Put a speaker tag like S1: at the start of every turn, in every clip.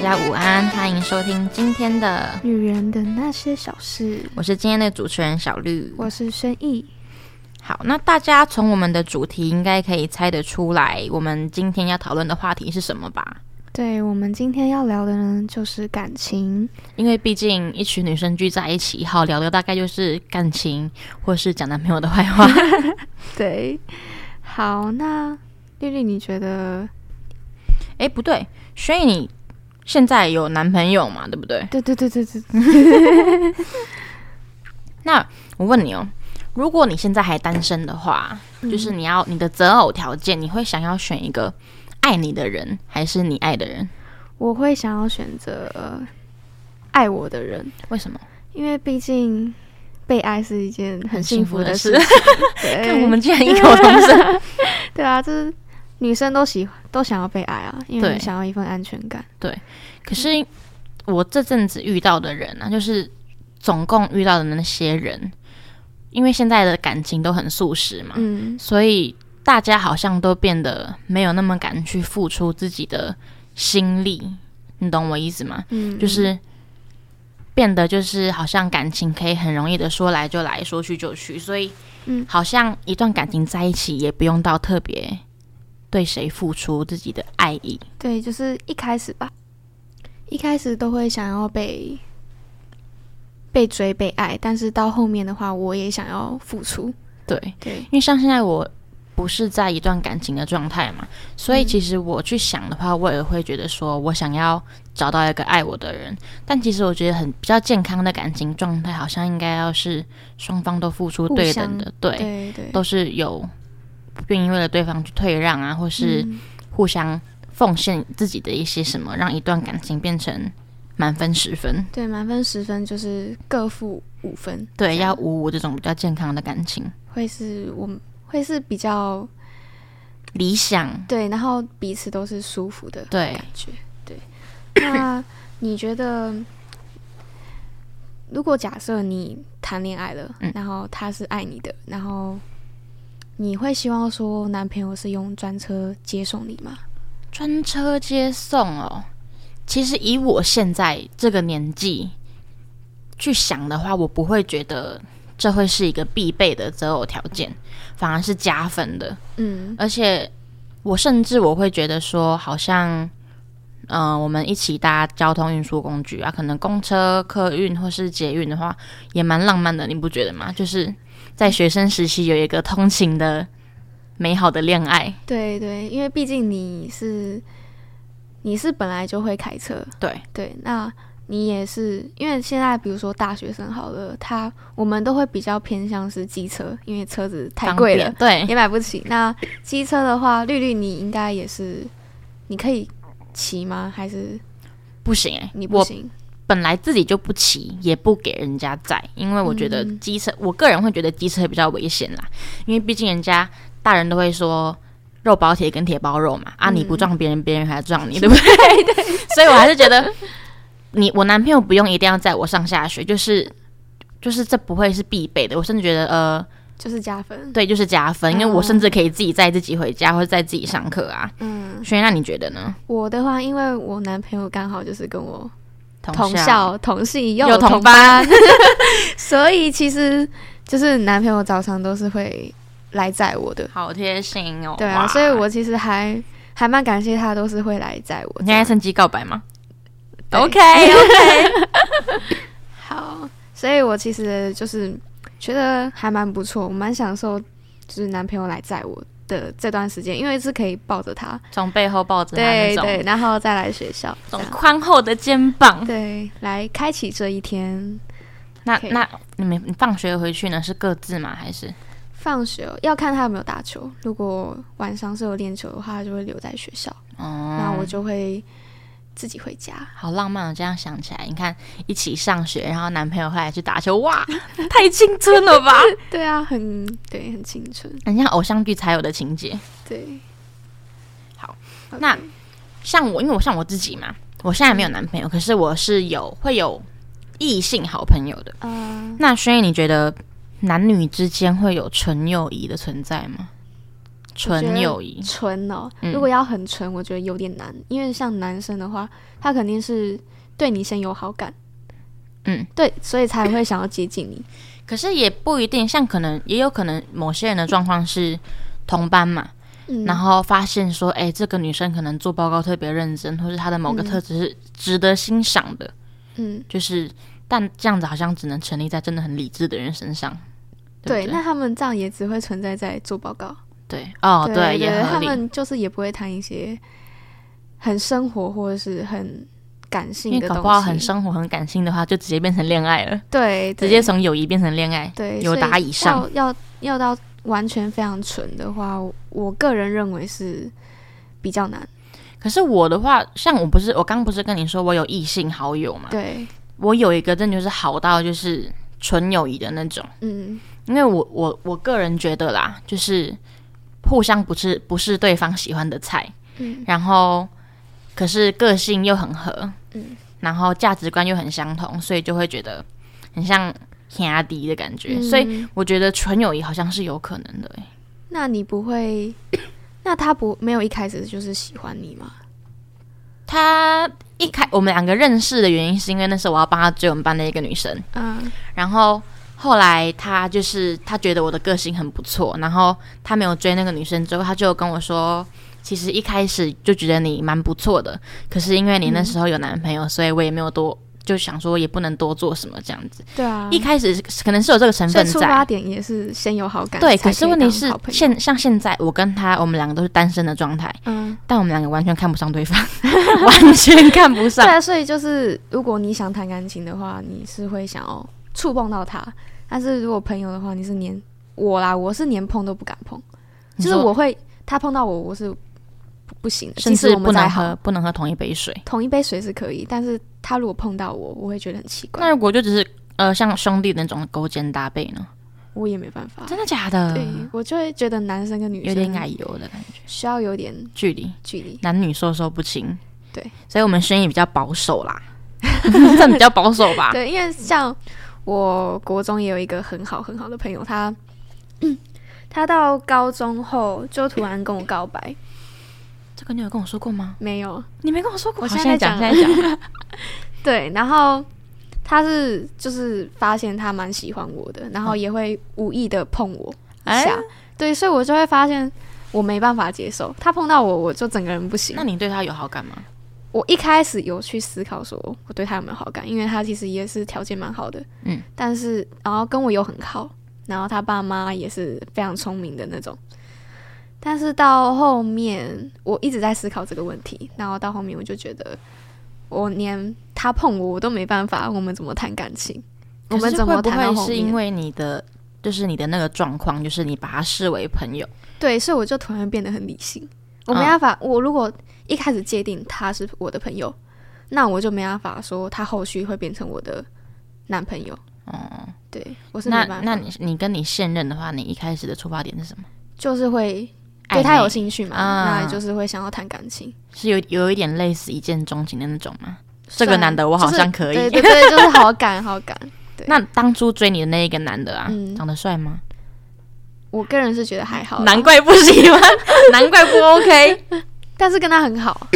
S1: 家午安，欢迎收听今天的，
S2: 女人的那些小事。
S1: 我是今天的主持人小绿。
S2: 我是轩逸，
S1: 好，那大家从我们的主题应该可以猜得出来，我们今天要讨论的话题是什么吧？
S2: 对我们今天要聊的呢，就是感情。
S1: 因为毕竟一群女生聚在一起，好聊的大概就是感情，或是讲男朋友的坏话。
S2: 对，好，那丽丽，你觉得？
S1: 哎，不对，所以你现在有男朋友嘛？对不对？
S2: 对对对对对，
S1: 那我问你哦，如果你现在还单身的话，就是你要你的择偶条件，你会想要选一个爱你的人，还是你爱的人？
S2: 我会想要选择爱我的人，
S1: 为什么？
S2: 因为毕竟被爱是一件很
S1: 幸
S2: 幸
S1: 福
S2: 福
S1: 的
S2: 的
S1: 事
S2: 事情。
S1: 看
S2: 对，
S1: 我们竟然异口同 声。
S2: 对啊，这是女生都喜欢都想要被爱啊，因为
S1: 对
S2: 你想要一份安全感。
S1: 可是我这阵子遇到的人啊，就是总共遇到的那些人，因为现在的感情都很速食嘛，
S2: 嗯，
S1: 所以大家好像都变得没有那么敢去付出自己的心力，你懂我意思吗？
S2: 嗯，
S1: 就是变得就是好像感情可以很容易的说来就来，说去就去，所以
S2: 嗯
S1: 好像一段感情在一起也不用到特别对谁付出自己的爱意。
S2: 对，就是一开始吧，一开始都会想要被被追、被爱，但是到后面的话，我也想要付出。
S1: 对，
S2: 对，
S1: 因为像现在我不是在一段感情的状态嘛，所以
S2: 嗯
S1: 其实我去想的话，我也会觉得说我想要找到一个爱我的人，但其实我觉得很比较健康的感情状态，好像应该要是双方都付出
S2: 互
S1: 对
S2: 相
S1: 等的，对，
S2: 对对，
S1: 都是有愿意为了对方去退让啊，或是
S2: 嗯
S1: 互相奉献自己的一些什么，让一段感情变成满分十分。
S2: 对满分十分就是各负五分，
S1: 对，
S2: 这
S1: 要
S2: 样
S1: 五五这种比较健康的感情
S2: 会是我们会是比较
S1: 理想，
S2: 对，然后彼此都是舒服的
S1: 对
S2: 感觉。对， 那你觉得？如果假设你谈恋爱了，
S1: 嗯
S2: 然后他是爱你的，然后你会希望说男朋友是用专车接送你吗？
S1: 专车接送哦。其实以我现在这个年纪去想的话，我不会觉得这会是一个必备的择偶条件，反而是加分的。
S2: 嗯
S1: 而且我甚至我会觉得说，好像，嗯、我们一起搭交通运输工具啊，可能公车、客运或是捷运的话，也蛮浪漫的，你不觉得吗？就是在学生时期有一个通勤的美好的恋爱，
S2: 对对，因为毕竟你是你是本来就会开车，
S1: 对
S2: 对，那你也是因为现在比如说大学生好了，他我们都会比较偏向是机车，因为车子太
S1: 方
S2: 贵
S1: 便
S2: 了，
S1: 对
S2: 也买不起。那机车的话，绿绿你应该也是，你可以骑吗？还是
S1: 不行哎、
S2: 你不
S1: 我
S2: 行？
S1: 本来自己就不骑，也不给人家载，因为我觉得
S2: 嗯
S1: 机车，我个人会觉得机车比较危险啦，因为毕竟人家大人都会说肉包铁跟铁包肉嘛，啊，
S2: 嗯
S1: 你不撞别人，别人还撞 你，对不对？所以我还是觉得你我男朋友不用一定要载我上下学，就是就是这不会是必备的，我甚至觉得呃，
S2: 就是加分。
S1: 对，就是加分，因为
S2: 哦
S1: 我甚至可以自己载自己回家或者载自己上课啊。
S2: 嗯，
S1: 所以那你觉得呢？
S2: 我的话，因为我男朋友刚好就是跟我
S1: 同
S2: 校、同系
S1: 又
S2: 又
S1: 同
S2: 同班，所以其实就是男朋友早上都是会来载我的。
S1: 好贴心哦。
S2: 对啊，
S1: 哇
S2: 所以我其实还还蛮感谢他，都是会来载我
S1: 你
S2: 这
S1: 现
S2: 样。
S1: 在趁机告白吗
S2: 对
S1: OK，
S2: 好，所以我其实就是觉得还蛮不错，我蛮享受就是男朋友来载我的这段时间，因为是可以抱着他，
S1: 从背后抱着他啊那
S2: 对
S1: 种
S2: 对，然后再来学校，
S1: 那
S2: 这
S1: 种
S2: 样
S1: 宽厚的肩膀。
S2: 对，来开启这一天。
S1: 那
S2: OK
S1: 那你们你放学回去呢？是各自吗？还是
S2: 放学要看他有没有打球，如果晚上是有练球的话，他就会留在学校，那
S1: 哦？
S2: 我就会自己回家。
S1: 好浪漫哦！这样想起来，你看一起上学，然后男朋友后来去打球， 哇，太青春了吧！
S2: 对啊，很对，很青春。
S1: 很像偶像剧才有的情节。
S2: 对，
S1: 好
S2: OK，
S1: 那像我，因为我像我自己嘛，我现在没有男朋
S2: 嗯
S1: 友，可是我是有会有异性好朋友的。
S2: 嗯、
S1: 那所以你觉得男女之间会有纯友谊的存在吗？纯友谊，
S2: 纯哦，
S1: 嗯
S2: 如果要很纯，我觉得有点难，因为像男生的话，他肯定是对你先有好感，
S1: 嗯，
S2: 对，所以才会想要接近 你。
S1: 可是也不一定，像可能也有可能某些人的状况是同班嘛，
S2: 嗯，
S1: 然后发现说，哎、这个女生可能做报告特别认真，或是她的某个
S2: 嗯
S1: 特质是值得欣赏的，
S2: 嗯，
S1: 就是但这样子好像只能成立在真的很理智的人身上，对
S2: 对，
S1: 不
S2: 那他们这样也只会存在在做报告，
S1: 对哦，
S2: 对
S1: 对，也合
S2: 他
S1: 理。
S2: 们就是也不会谈一些很生活或者是很感性
S1: 因
S2: 的
S1: 为
S2: 东
S1: 搞
S2: 西，
S1: 不好很生活、很感性的话，就直接变成恋爱了，
S2: 对，
S1: 直
S2: 对
S1: 接从友谊变成恋爱。
S2: 对
S1: 有
S2: 所
S1: 达以上
S2: 要要要到完全非常纯的话，我我个人认为是比较难，
S1: 可是我的话，像我不是我刚不是跟你说我有异性好友嘛？
S2: 对，
S1: 我有一个真的就是好到就是纯友谊的那种，
S2: 嗯。
S1: 因为我我我个人觉得啦，就是互相不是不是对方喜欢的菜，
S2: 嗯
S1: 然后可是个性又很合，
S2: 嗯
S1: 然后价值观又很相同，所以就会觉得很像天涯敌的感觉，所以
S2: 嗯
S1: 我觉得纯友谊好像是有可能的欸、
S2: 那你不会， 那他不没有一开始就是喜欢你吗？
S1: 他一开我们两个认识的原因，是因为那时候我要帮他追我们班的一个女生，
S2: 嗯
S1: 然后后来他就是他觉得我的个性很不错，然后他没有追那个女生之后，他就跟我说，其实一开始就觉得你蛮不错的，可是因为你那时候有男朋友，所以我也没有多就想说也不能多做什么这样子。
S2: 对啊，
S1: 一开始可能是有这个成
S2: 所
S1: 分
S2: 以出发
S1: 在。
S2: 点也是先有好感，
S1: 对，
S2: 才
S1: 可
S2: 以
S1: 是问题
S2: 当
S1: 是
S2: 好，朋友
S1: 现像现在我跟他，我们两个都是单身的状态，
S2: 嗯，
S1: 但我们两个完全看不 上 对方，完全看不
S2: 对
S1: 上。
S2: 啊，所以就是如果你想谈感情的话，你是会想要触碰到他，但是如果朋友的话，你是连我啦，我是连碰都不敢碰，
S1: 你
S2: 就是
S1: 说
S2: 我会他碰到我，我是不不行的，
S1: 甚
S2: 即使
S1: 至
S2: 我
S1: 不
S2: 们再
S1: 能
S2: 好，
S1: 喝不能喝同一杯水。
S2: 同一杯水是可以，但是他如果碰到我，我会觉得很奇
S1: 那
S2: 怪，
S1: 如果就只是呃像兄弟那种勾肩搭背呢？
S2: 我也没办法。
S1: 真的假的？
S2: 对，我就会觉得男生跟女
S1: 有
S2: 生
S1: 点矮油的感觉，
S2: 需要有点
S1: 距离
S2: 距离。
S1: 男女授受不亲。
S2: 对，
S1: 所以我们轩也比较保守 啦，算比较保守吧。
S2: 对，因为像我国中也有一个很好很好的朋友，他、 他到高中后就突然跟我告白，
S1: 这个你有跟我说过吗？
S2: 没有
S1: 你没跟我说过，
S2: 我
S1: 好
S2: 现
S1: 在
S2: 在
S1: 讲，
S2: 讲
S1: 现在讲。
S2: 对，然后他是就是发现他蛮喜欢我的，然后也会无意的碰我一
S1: 哎
S2: 下，，对，所以我就会发现我没办法接受，他碰到我我就整个人不行
S1: 那。你对他有好感吗？
S2: 我一开始有去思考说我对他有没有好感，因为他其实也是条件蛮好的，
S1: 嗯，
S2: 但是然后跟我又很好，然后他爸妈也是非常聪明的那种，但是到后面我一直在思考这个问题，然后到后面我就觉得我连他碰我我都没办法，我们怎么谈感情？我们怎么
S1: 可是
S2: 谈
S1: 会
S2: 到
S1: 不
S2: 后
S1: 会是因
S2: 面？
S1: 为你的就是你的那个状况，就是你把他视为朋友？
S2: 对，所以我就突然变得很理性，我没
S1: 嗯
S2: 办法，我如果一开始界定他是我的朋友，那我就没办法说他后续会变成我的男朋友。
S1: 哦，
S2: 对，我是没
S1: 那
S2: 办法。
S1: 那你你跟你现任的话，你一开始的出发点是什么？
S2: 就是会
S1: 暧昧
S2: 对他有兴趣嘛，
S1: 啊
S2: 那就是会想要谈感情。
S1: 是有有一点类似一见钟情的那种吗？这个男的我好像可以
S2: 就是对对对，就是好感好感。对
S1: 那当初追你的那一个男的啊，
S2: 嗯
S1: 长得帅吗？
S2: 我个人是觉得 还好啦，
S1: 难怪不喜 欢，难怪不 OK。
S2: 但是跟他很好，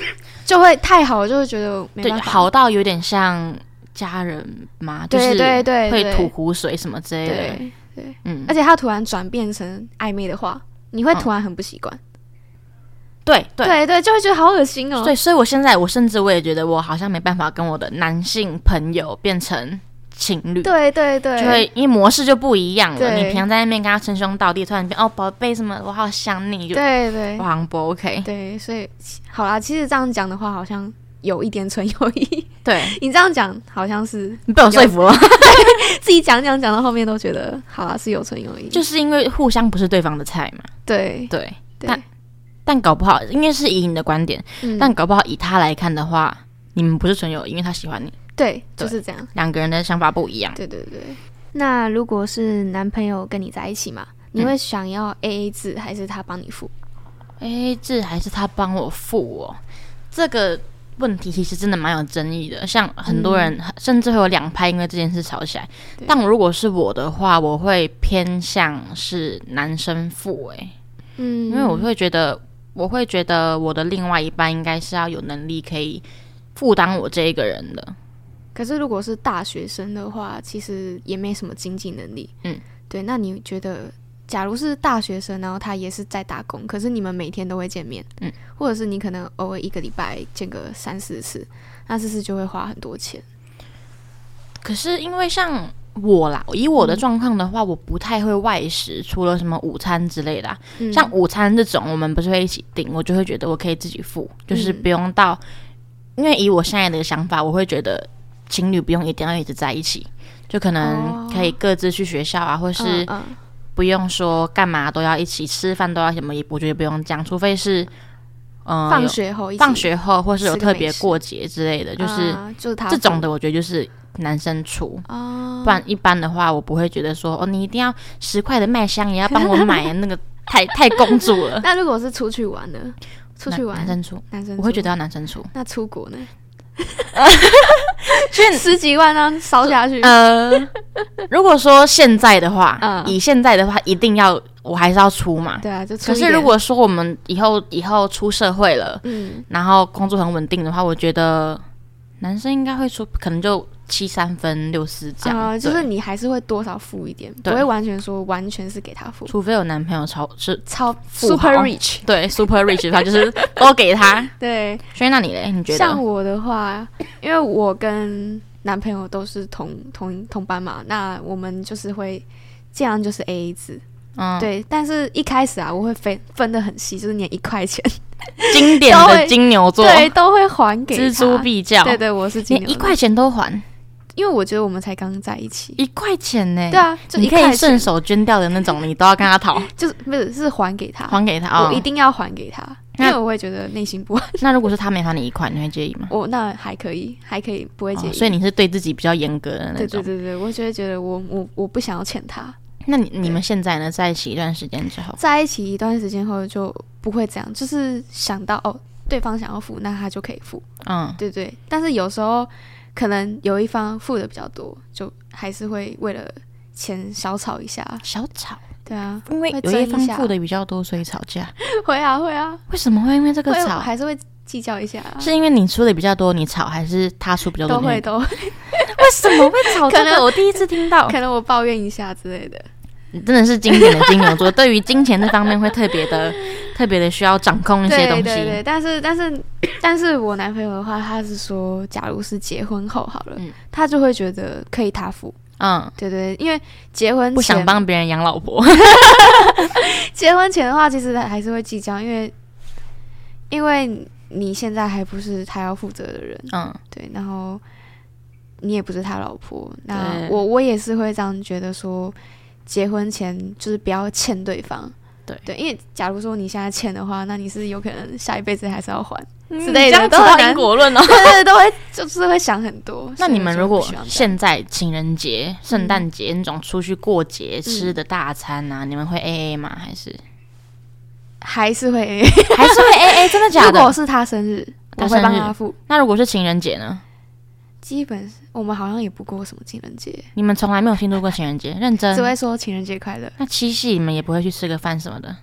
S2: 就会太好了，就会觉得没
S1: 对，
S2: 办法。
S1: 好到有点像家人嘛，就
S2: 对
S1: 是
S2: 对对
S1: 会
S2: 对
S1: 吐苦水什么之类的。
S2: 对，
S1: 嗯
S2: 而，且他突然转变成暧昧的话，你会
S1: 嗯
S2: 突然很不习惯。
S1: 对对。
S2: 对对，就会觉得好恶心哦。
S1: 对，所以我现在我甚至我也觉得我好像没办法跟我的男性朋友变成情侣，
S2: 对对对，
S1: 就会因为模式就不一样了。
S2: 对
S1: 你平常在那边跟他称兄道弟，突然变哦宝贝什么，我好想你，就
S2: 对对
S1: 我好像不 OK。
S2: 对，所以好啦，其实这样讲的话，好像有一点纯友谊。
S1: 对，
S2: 你这样讲好像是
S1: 你被我说服了，
S2: 自己讲讲讲到后面都觉得，好啦，是有存有疑。
S1: 就是因为互相不是对方的菜嘛。
S2: 对
S1: 对，
S2: 对，
S1: 但但搞不好应该是以你的观点，
S2: 嗯
S1: 但搞不好以他来看的话，你们不是纯友谊，因为他喜欢你，
S2: 对
S1: 对
S2: 就是这样。
S1: 两个人的想法不一样。
S2: 对对对。那如果是男朋友跟你在一起嘛，你
S1: 嗯
S2: 会想要 A A 制还是他帮你付？
S1: 哎，这还是他帮我付哦，这个问题其实真的蛮有争议的，像很多人、甚至会有两派因为这件事吵起来
S2: 嗯对。
S1: 但如果是我的话，我会偏向是男生付、诶，
S2: 嗯，
S1: 因为我会觉得，我会觉得我的另外一半应该是要有能力可以负担我这一个人的。
S2: 可是如果是大学生的话，其实也没什么经济能力。
S1: 嗯，
S2: 对。那你觉得，假如是大学生，然后他也是在打工，可是你们每天都会见面，
S1: 嗯，
S2: 或者是你可能偶尔一个礼拜见个三四次，那这次就会花很多钱。
S1: 可是因为像我啦，以我的
S2: 嗯
S1: 状况的话，我不太会外食，除了什么午餐之类的啊、
S2: 嗯
S1: 像午餐这种，我们不是会一起订，我就会觉得我可以自己付，就是
S2: 嗯
S1: 不用到，因为以我现在的想法，我会觉得情侣不用一定要一直在一起，就可能
S2: 哦
S1: 可以各自去学校啊，或是
S2: 嗯嗯
S1: 不用说干嘛都要一起吃饭都要什么，也我觉得不用这样，除非是嗯、呃
S2: 放
S1: 有
S2: 学后一起
S1: 放学后或是有
S2: 吃个
S1: 特
S2: 美
S1: 别
S2: 食
S1: 过节之类的，就是、
S2: 啊就是他
S1: 这种
S2: 付
S1: 的，我觉得就是男生出。
S2: 哦，
S1: 不然一般的话，我不会觉得说哦，你一定要十块的麦香也要帮我买，那个太太公主了。
S2: 那如果是出去玩呢？ 出去玩
S1: 呃男男生出，
S2: 男生
S1: 我会
S2: 出
S1: 觉得要男生出。
S2: 那出 国呢？十几万呢、烧下去，
S1: 呃， 如果说现在的话，
S2: 嗯
S1: 以现在的话，一定要我还是要出嘛。
S2: 对啊，就出
S1: 可
S2: 一
S1: 是
S2: 点
S1: 如果说我们以后以后出社会了，
S2: 嗯
S1: 然后工作很稳定的话，我觉得男生应该会出，可能就七三分六四这样。
S2: 啊、
S1: 对
S2: 就是你还是会多少付一点，不
S1: 对
S2: 会完全说完全是给他付，
S1: 除非有男朋友超是
S2: 超
S1: 富
S2: super
S1: 豪
S2: rich。
S1: 对 super rich 的话，就是都给他。
S2: 对，
S1: 所以那你嘞？你觉
S2: 像
S1: 得？
S2: 我的话，因为我跟男朋友都是同同同班嘛，那我们就是会这样就是 A A 制。
S1: 嗯，
S2: 对，但是一开始啊，我会分分的很细，就是连一块钱，
S1: 经典
S2: 都
S1: 的
S2: 会
S1: 金牛座，
S2: 对，都会还给
S1: 锱
S2: 他
S1: 铢必较，
S2: 对对，我是金
S1: 连
S2: 牛
S1: 一
S2: 座
S1: 块钱都还。
S2: 因为我觉得我们才刚在一起。
S1: 一块钱呢、
S2: 对，啊，就
S1: 你
S2: 一
S1: 可
S2: 块
S1: 以
S2: 钱
S1: 顺手捐掉的那种，你都要跟他 讨，
S2: 就是不是是还给他，
S1: 还给他
S2: 我
S1: 哦
S2: 一。定要还给他，因
S1: 那
S2: 为我会觉得内心不安。
S1: 那如果是他没还你一块，你会介意吗？
S2: 我哦那还可以，还可以，不会介意。
S1: 哦所以你是对自己比较严格的那
S2: 对
S1: 种。
S2: 对对对，我就会觉得我我我不想要欠他。
S1: 那你你们现在呢，在一起一段时间之后，
S2: 在一起一段时间后就不会这样，就是想到哦，对方想要付，那他就可以付，
S1: 嗯，
S2: 对对。但是有时候可能有一方付的比较多，就还是会为了钱小吵一下。
S1: 小吵，
S2: 对啊，
S1: 因为
S2: 会
S1: 有
S2: 争
S1: 一
S2: 一
S1: 方
S2: 下
S1: 付的比较多，所以吵架。
S2: 会啊会啊，
S1: 为什么会因为这个
S2: 会
S1: 吵？
S2: 还是会计较一下啊，
S1: 是因为你出的比较多，你吵，还是他出比较多？
S2: 都会
S1: 你
S2: 都会，
S1: 为什么会吵这
S2: 可能
S1: 个？我第一次听到，
S2: 可能我抱怨一下之类的。
S1: 你真的是经典的金牛座， 对于金钱这方面会特别的、特别的需要掌控一些东西。
S2: 对对对，但是但是 但是我男朋友的话，他是说，假如是结婚后好了，
S1: 嗯
S2: 他就会觉得可以他付。
S1: 嗯，
S2: 对对，因为结婚前
S1: 不想帮别人养老婆。
S2: 结婚前的话，其实还是会计较，因为因为你现在还不是他要负责的人，
S1: 嗯。
S2: 对，然后你也不是他老婆，
S1: 对
S2: 那我我也是会这样觉得说，结婚前就是不要欠对方。
S1: 对
S2: 对，因为假如说你现在欠的话，那你是有可能下一辈子还是要还。
S1: 之
S2: 之类的
S1: 都
S2: 都很
S1: 因
S2: 难
S1: 果论哦。
S2: 对对，对，都会就是会想很多。
S1: 那你们如果
S2: 所以我就不喜欢嗯
S1: 现在情人节、圣诞节那种出去过节吃的大餐
S2: 嗯
S1: 啊，你们会 A A 吗？还是
S2: 这样还是会 A，
S1: 还是会 A A？真的假
S2: 如果
S1: 的？
S2: 是他生日，
S1: 他
S2: 我
S1: 生
S2: 会
S1: 日
S2: 帮他付。
S1: 那如果是情人节呢？
S2: 基本我们好像也不过什么情人节，
S1: 你们从来没有庆祝过情人 节，认真
S2: 只。会说情人节快乐，
S1: 那七夕你们也不会去吃个饭什么的？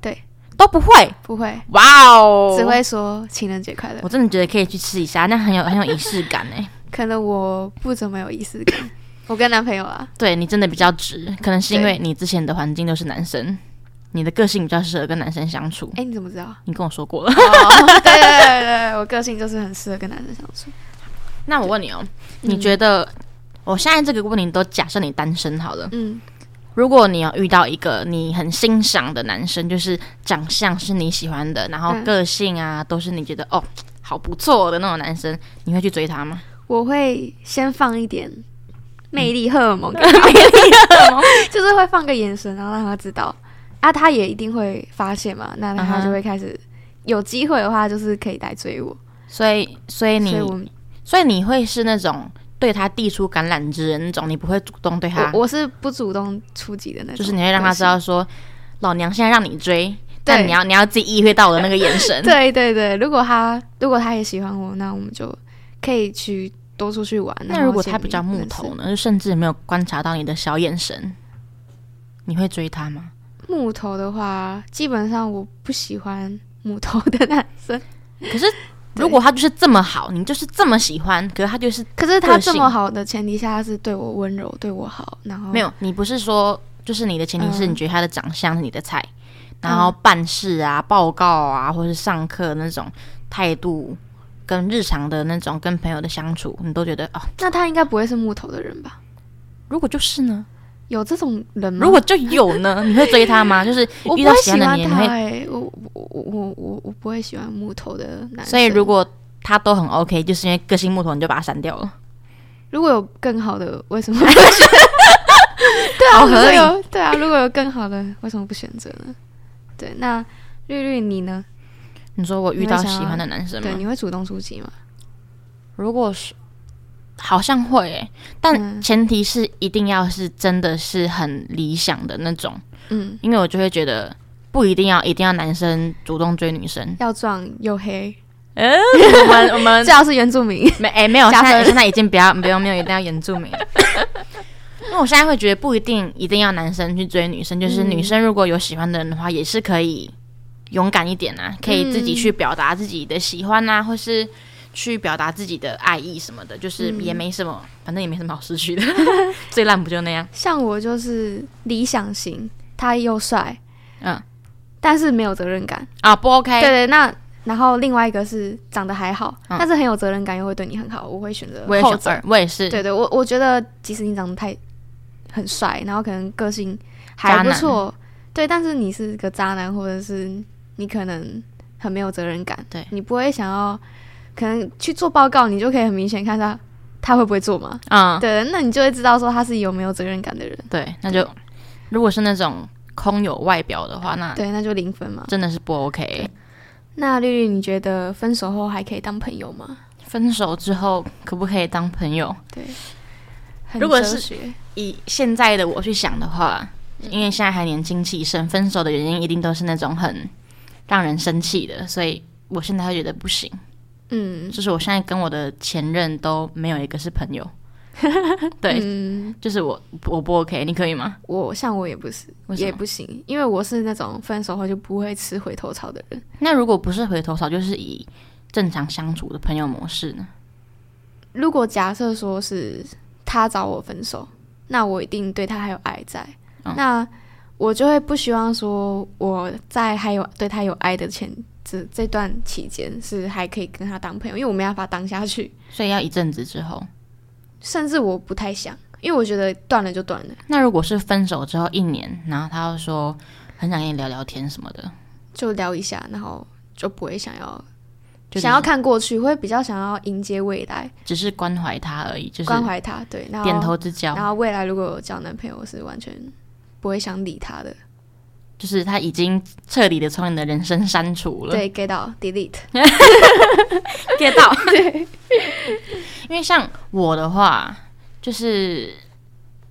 S2: 对，
S1: 都不会。
S2: 不会，
S1: 哇哦，
S2: 只。会说情人节快乐
S1: 我。真的觉得可以去吃一下，那很有很有仪式感哎、
S2: 可能我不怎么有仪式感，我跟男朋友啊，
S1: 对你真的比较直，可能是因为你之前的环境都是男生，你的个性比较适合跟男生相处。
S2: 哎，你怎么知 道？
S1: 你跟我说过了。
S2: 哦，对对对对，我个性就是很适合跟男生相处。
S1: 那我问你哦， 你觉得我现在这个问题都假设你单身好了，
S2: 嗯，
S1: 如果你有遇到一个你很欣赏的男生，就是长相是你喜欢的，然后
S2: 嗯
S1: 个性啊都是你觉得哦好不错的那种男生，你会去追他吗？
S2: 我会先放一点魅力荷尔蒙 给他， 就是会放个眼神，然后让他知道啊，他也一定会发现嘛，那
S1: 嗯
S2: 他
S1: 哼
S2: 就会开始、有机会的话，就是可以来追我。
S1: 所以，所以你，
S2: 所以我
S1: 所以你会是那种对他递出橄榄枝的那种，你不会主动对他，
S2: 我我是不主动出击的那种，
S1: 就是你会让他知道说，老娘现在让你追，
S2: 对
S1: 但你要你要自己意会到我的那个眼神
S2: 对。。对对对，如果他如果他也喜欢我，那我们就可以去多出去玩。
S1: 那
S2: 然后
S1: 如果
S2: 见
S1: 他比
S2: 面
S1: 较木
S2: 认识
S1: 头呢，就甚至没有观察到你的小眼神，你会追他吗？
S2: 木头的话，基本上我不喜欢木头的男生。
S1: 可是如果他就是这么好，你就是这么喜欢，可是他就是
S2: 可是他
S1: 个性
S2: 这么好的前提下，他是对我温柔，对我好，然后
S1: 没有，你不是说就是你的前提是
S2: 哦嗯
S1: 你觉得他的长相是你的菜，然后办事啊、报告啊，或是上课那种态度，跟日常的那种跟朋友的相处，你都觉得哦，
S2: 那他应该不会是木头的人吧？
S1: 如果就是呢，
S2: 有这种人吗？
S1: 如果就有呢，你会追他 吗？就是
S2: 我
S1: 遇
S2: 不
S1: 到
S2: 会
S1: 喜欢
S2: 喜
S1: 的
S2: 欢
S1: 你，你
S2: 他、
S1: 会，
S2: 欸，我我我我我我不会喜欢木头的男生。
S1: 所以如果他都很 OK，就是因为个性木头，你就把他删掉了。
S2: 如果有更好的，为什么不选？对啊，
S1: 好合理
S2: 如果有对啊，如果有更好的，为什么不选择呢？对，那绿绿你呢？
S1: 你说我遇
S2: 你会
S1: 到
S2: 想要
S1: 喜欢的男生吗
S2: 对，？你会主动出击吗？
S1: 如果是好像会、欸，但
S2: 嗯
S1: 前提是一定要是真的是很理想的那种，
S2: 嗯，。
S1: 因为我就会觉得不一定要一定要男生主动追女生
S2: 要壮又黑，
S1: 嗯， 我们我们
S2: 最好是原住民。
S1: 没哎、没有，
S2: 加
S1: 现在
S2: 分
S1: 现在已经不要不用没有一定要原住 民了。因为我现在会觉得不一定一定要男生去追女生，就是
S2: 嗯
S1: 女生如果有喜欢的人的话，也是可以勇敢一点啊，可以自己去表达自己的喜欢啊，或是去表达自己的爱意什么的，就是也没什么，反正也没什么好失去 的，最烂不就那样？
S2: 像我就是理想型，他又帅，
S1: 嗯
S2: 但是没有责任感。
S1: 啊，不 OK，
S2: 对对，那然后另外一个是长得还好，
S1: 嗯
S2: 但是很有责任感，又会对你很好，我会选择
S1: 我也
S2: 后
S1: 选
S2: 者
S1: 二。，我也是，
S2: 对对，我我觉得即使你长得太很帅，然后可能个性
S1: 渣
S2: 还不
S1: 男
S2: 错，对，但是你是个渣男，或者是你可能很没有责任感，
S1: 对
S2: 你不会想要可能去做报告，你就可以很明显看到他会不会做嘛。
S1: 嗯，
S2: 对，那你就会知道说他是有没有责任感的人，
S1: 对，那就如果是那种空有外表的话，那
S2: 对，那就零分嘛。
S1: 真的是不 OK。
S2: 那绿绿，你觉得分手后还可以当朋友吗？
S1: 分手之后可不可以当朋友？
S2: 对，很
S1: 如果
S2: 哲
S1: 是
S2: 学
S1: 以现在的我去想的话，
S2: 嗯
S1: 因为现在还年轻气盛，分手的原因一定都是那种很让人生气的，所以我现在会觉得不行。
S2: 嗯
S1: 就是我现在跟我的前任都没有一个是朋 友，对，
S2: 嗯，
S1: 就是我我不 OK，你可以吗？
S2: 我像我也不是，
S1: 为什么
S2: 也不行，因为我是那种分手后就不会吃回头草的人。
S1: 那如果不是回头草，就是以正常相处的朋友模式呢？
S2: 如果假设说是他找我分手，那我一定对他还有爱在，
S1: 嗯
S2: 那我就会不希望说我在还有对他有爱的前这这段期间是还可以跟他当朋友，因为我没办法当下去，
S1: 所以要一阵子之后。
S2: 甚至我不太想，因为我觉得断了就断了，
S1: 那如果是分手之后一年，然后他又说很想跟你聊聊天什么的，
S2: 就聊一下，然后就不会想要
S1: 就
S2: 想要看过去，会比较想要迎接未来，
S1: 只是关怀他而已，就是
S2: 关怀他，对，然后
S1: 点头之交。
S2: 然后未来如果有交男朋友，我是完全不会想理他的，
S1: 就是他已经彻底的从你的人生删除了，
S2: 对，get 到 delete，
S1: ，get 到。对，因为像我的话，就是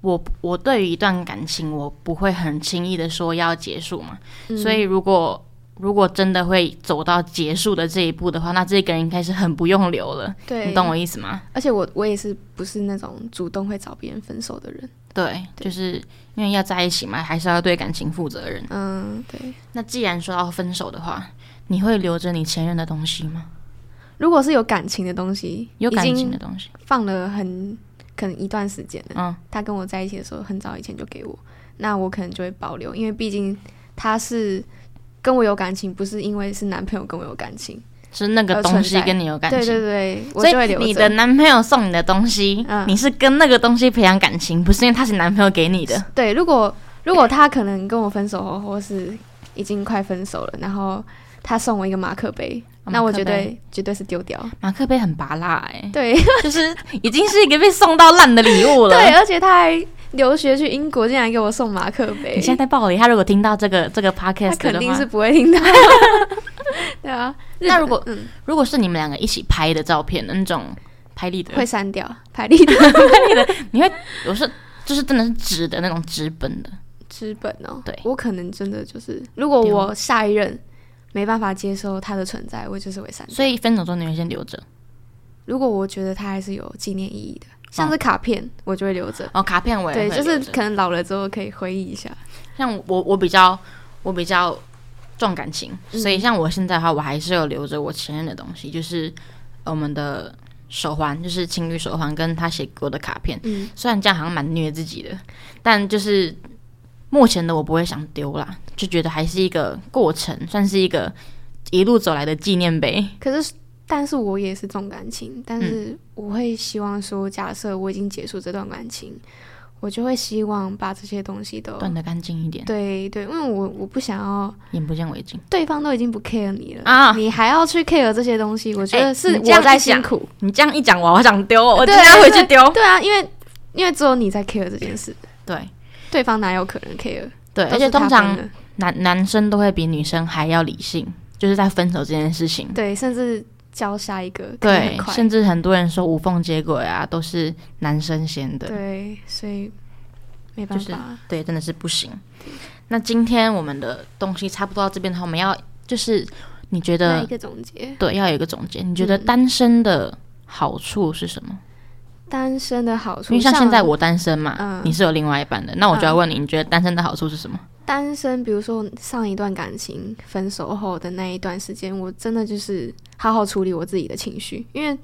S1: 我我对于一段感情，我不会很轻易的说要结束嘛，
S2: 嗯
S1: 所以如果如果真的会走到结束的这一步的话，那这个人应该是很不用留了，
S2: 嗯对，
S1: 你懂我意思吗？
S2: 而且我我也是不是那种主动会找别人分手的人，
S1: 对，就是因为要在一起嘛，还是要对感情负责任。
S2: 嗯，对。
S1: 那既然说到分手的话，你会留着你前任的东西吗？
S2: 如果是有感情的东西，
S1: 有感
S2: 已
S1: 情
S2: 经
S1: 的东西，
S2: 放了很可能一段时间了。
S1: 嗯，
S2: 他跟我在一起的时候，很早以前就给我，那我可能就会保留，因为毕竟他是跟我有感情，不是因为是男朋友跟我有感情。
S1: 是那个
S2: 而
S1: 东
S2: 呃存
S1: 西
S2: 在
S1: 跟你有感情。
S2: 对对对，我
S1: 所
S2: 就会
S1: 以
S2: 留着。
S1: 你的男朋友送你的东西，
S2: 嗯
S1: 你是跟那个东西培养感情，不是因为他是男朋友给你的。
S2: 对，如果如果他可能跟我分手后，或是已经快分手了，然后他送我一个马克杯，
S1: 啊
S2: 那
S1: 马
S2: 我
S1: 克
S2: 绝
S1: 杯嗯
S2: 对绝对是丢掉。
S1: 马克杯很拔辣哎、
S2: 对，
S1: 就是已经是一个被送到烂的礼物了。
S2: 对，而且他还留学去英国，竟然给我送马克杯。
S1: 你现在在暴雷，他如果听到这个这个 podcast 的
S2: 他肯定
S1: 话
S2: 是，不会听 到。对啊，日
S1: 那
S2: 本
S1: 如果
S2: 嗯
S1: 如果是你们两个一起拍的照片，那种拍立得，
S2: 嗯会删掉拍立 得
S1: 你会，我是就是真的是直的那种直本的，
S2: 纸本哦，
S1: 对
S2: 我可能真的就是，如果
S1: 丢
S2: 我下一任没办法接受他的存在，我就是会删掉。
S1: 所以分手之后你会先留着
S2: 如果我觉得他还是有纪念意义的，像是卡片，我就会留着。
S1: 哦，卡片我也
S2: 对，
S1: 会
S2: 就是
S1: 留着
S2: 可能老了之后可以回忆一下。
S1: 像我我比较我比较重感情，所以
S2: 嗯
S1: 像我现在的话，我还是有留着我前任的东西，就是呃我们的手环，就是情侣手环，跟他写给我的卡片。
S2: 嗯，
S1: 虽然这样好像蛮虐自己的，但就是目前的我不会想丢啦，就觉得还是一个过程，算是一个一路走来的纪念碑。
S2: 可是，但是我也是重感情，
S1: 嗯
S2: 但是我会希望说，假设我已经结束这段感情，我就会希望把这些东西都
S1: 断得干净一点，
S2: 对对，因为我我不想要
S1: 眼不见为净。
S2: 对方都已经不 care 你了
S1: 啊
S2: 你还要去 care 这些东西，我觉
S1: 哎
S2: 得是
S1: 你这样
S2: 我在
S1: 一讲
S2: 辛苦。
S1: 你这样一讲，我好想丢哦，我
S2: 对
S1: 今天要回去丢。
S2: 对啊，因为因为只有你在 care 这件事，
S1: 对
S2: 对方哪有可能 care？
S1: 对，而
S2: 都
S1: 且
S2: 是他
S1: 通常
S2: 分的
S1: 男男生都会比女生还要理性，就是在分手这件事情。
S2: 对，甚至交下一个可能
S1: 对
S2: 很，快，
S1: 甚至很多人说无缝接轨啊，都是男生先的。
S2: 对，所以没办
S1: 就是
S2: 法，啊
S1: 对，真的是不行。那今天我们的东西差不多到这边的话，我们要就是你觉
S2: 那
S1: 得
S2: 一个总结。
S1: 对，要有一个总结。你觉得
S2: 嗯
S1: 单身的好处是什么？
S2: 单身的好处，
S1: 因为像现在我单身嘛，
S2: 嗯
S1: 你是有另外一半的，那我就要
S2: 嗯
S1: 问你，你觉得单身的好处是什么？
S2: 单身，比如说上一段感情分手后的那一段时间，我真的就是好好处理我自己的情绪，因为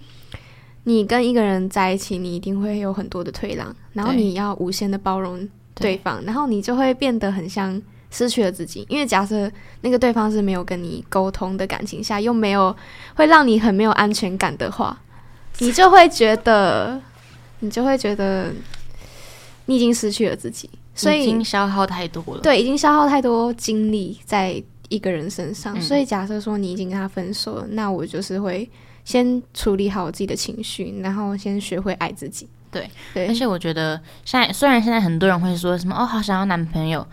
S2: 你跟一个人在一起，你一定会有很多的退让，然后
S1: 对
S2: 你要无限的包容
S1: 对
S2: 对方，然后你就会变得很像失去了自己，因为假设那个对方是没有跟你沟通的感情下，又没有会让你很没有安全感的话，你就会觉得，你就会觉得你已经失去了自己，所以
S1: 已经消耗太多了。
S2: 对，已经消耗太多精力在一个人身上，
S1: 嗯
S2: 所以假设说你已经跟他分手了，那我就是会先处理好我自己的情绪，然后先学会爱自己。
S1: 对
S2: 对
S1: 而，且我觉得现在虽然现在很多人会说什么哦，好想要男朋友，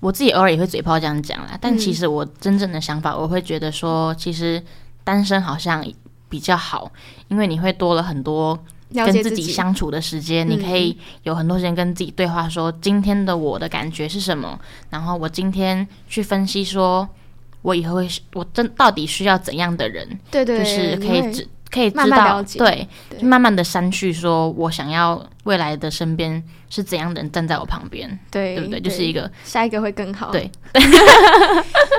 S1: 我自己偶尔也会嘴炮这样讲啦，但
S2: 嗯
S1: 其实我真正的想法，我会觉得说，其实单身好像比较好，因为你会多了很多
S2: 了解
S1: 跟自己
S2: 己
S1: 相处的时间，你
S2: 嗯
S1: 可以有很多时间跟自己对话说，今天的我的感觉是什么，然后我今天去分析说。我以后会是，我真到底需要怎样的人，
S2: 对对，
S1: 就是
S2: 你
S1: 可以
S2: 会
S1: 知可以知道，
S2: 慢慢了解
S1: 对，
S2: 对
S1: 就慢慢的删去，说我想要未来的身边是怎样的人站在我旁边，
S2: 对
S1: 对不对？就是一个
S2: 下一个会更好。
S1: 对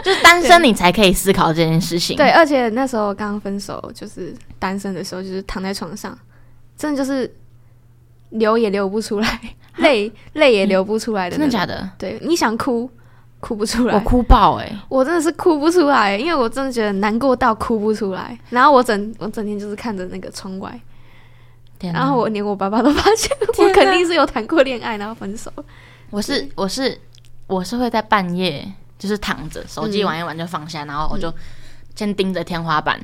S1: 就是单身你才可以思考这件事情，
S2: 对，而且那时候刚分手，就是单身的时候，就是躺在床上，真的就是流也流 不出来，泪泪也流不出来的
S1: 真的
S2: 那种。
S1: 假的？
S2: 对，你想哭，哭不出来。
S1: 我哭爆哎、欸！
S2: 我真的是哭不出来，因为我真的觉得难过到哭不出来。然后我整我整天就是看着那个窗外，
S1: 天哪
S2: 然后我连我爸爸都发现
S1: 天
S2: 我
S1: 哪
S2: 肯定是有谈过恋爱，然后分手。
S1: 我是我是我是会在半夜就是躺着，手机
S2: 嗯
S1: 玩一玩就放下，然后我就先盯着天花板。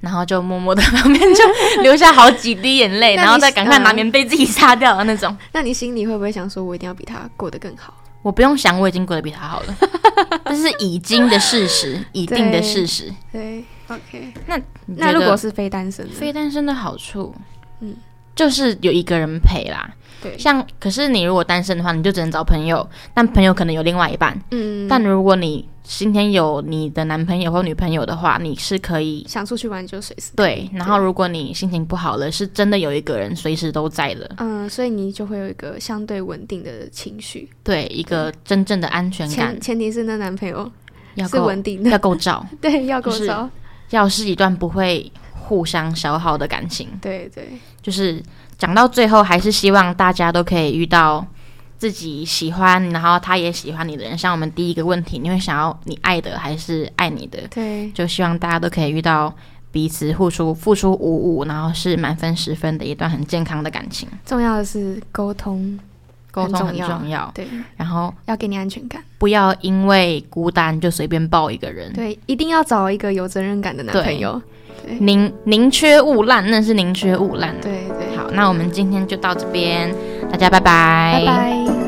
S1: 然后就默默的 旁边就 流下好几滴眼泪，
S2: 那你
S1: 然后再赶快拿
S2: 嗯
S1: 棉被自己擦掉的那种。
S2: 那你心里会不会想说，我一定要比他过得更好？
S1: 我不用想，我已经过得比他 好了，这是已经的事实，已定的
S2: 对
S1: 事实。
S2: 对，OK。
S1: 你
S2: 那
S1: 觉
S2: 如
S1: 得
S2: 果是非单身的，
S1: 非单身的好处，嗯
S2: 嗯，
S1: 就是有一个人陪啦。
S2: 对，
S1: 像，可是你如果单身的话，你就只能找朋友，但朋友可能有另外一半。
S2: 嗯，
S1: 但如果你今天有你的男朋友或女朋友的话，你是可以
S2: 想出去玩就随时。
S1: 对。然后，如果你心情不好了，是真的有一个人随时都在的，
S2: 嗯，所以你就会有一个相对稳定的情绪，
S1: 对，一个真正的安全感
S2: 前前提是那男朋友
S1: 要
S2: 是
S1: 够
S2: 稳定的，
S1: 要够照，
S2: 对，要够
S1: 就是
S2: 招，
S1: 要是一段不会互相消耗的感情。
S2: 对对，
S1: 就是讲到最后，还是希望大家都可以遇到自己喜欢，然后他也喜欢你的人。像我们第一个问题，你会想要你爱的还是爱你的？
S2: 对，
S1: 就希望大家都可以遇到彼此付出付出五五，然后是满分十分的一段很健康的感情。
S2: 重要的是沟通，
S1: 沟通很
S2: 很重要
S1: 重要，
S2: 对，
S1: 然后
S2: 要给你安全感。
S1: 不要因为孤单就随便抱一个人。
S2: 对，一定要找一个有责任感的男
S1: 对
S2: 朋友。
S1: 宁宁缺毋滥，那是宁缺毋滥。啊
S2: 对对，
S1: 好，那我们今天就到这边，大家拜
S2: 拜拜。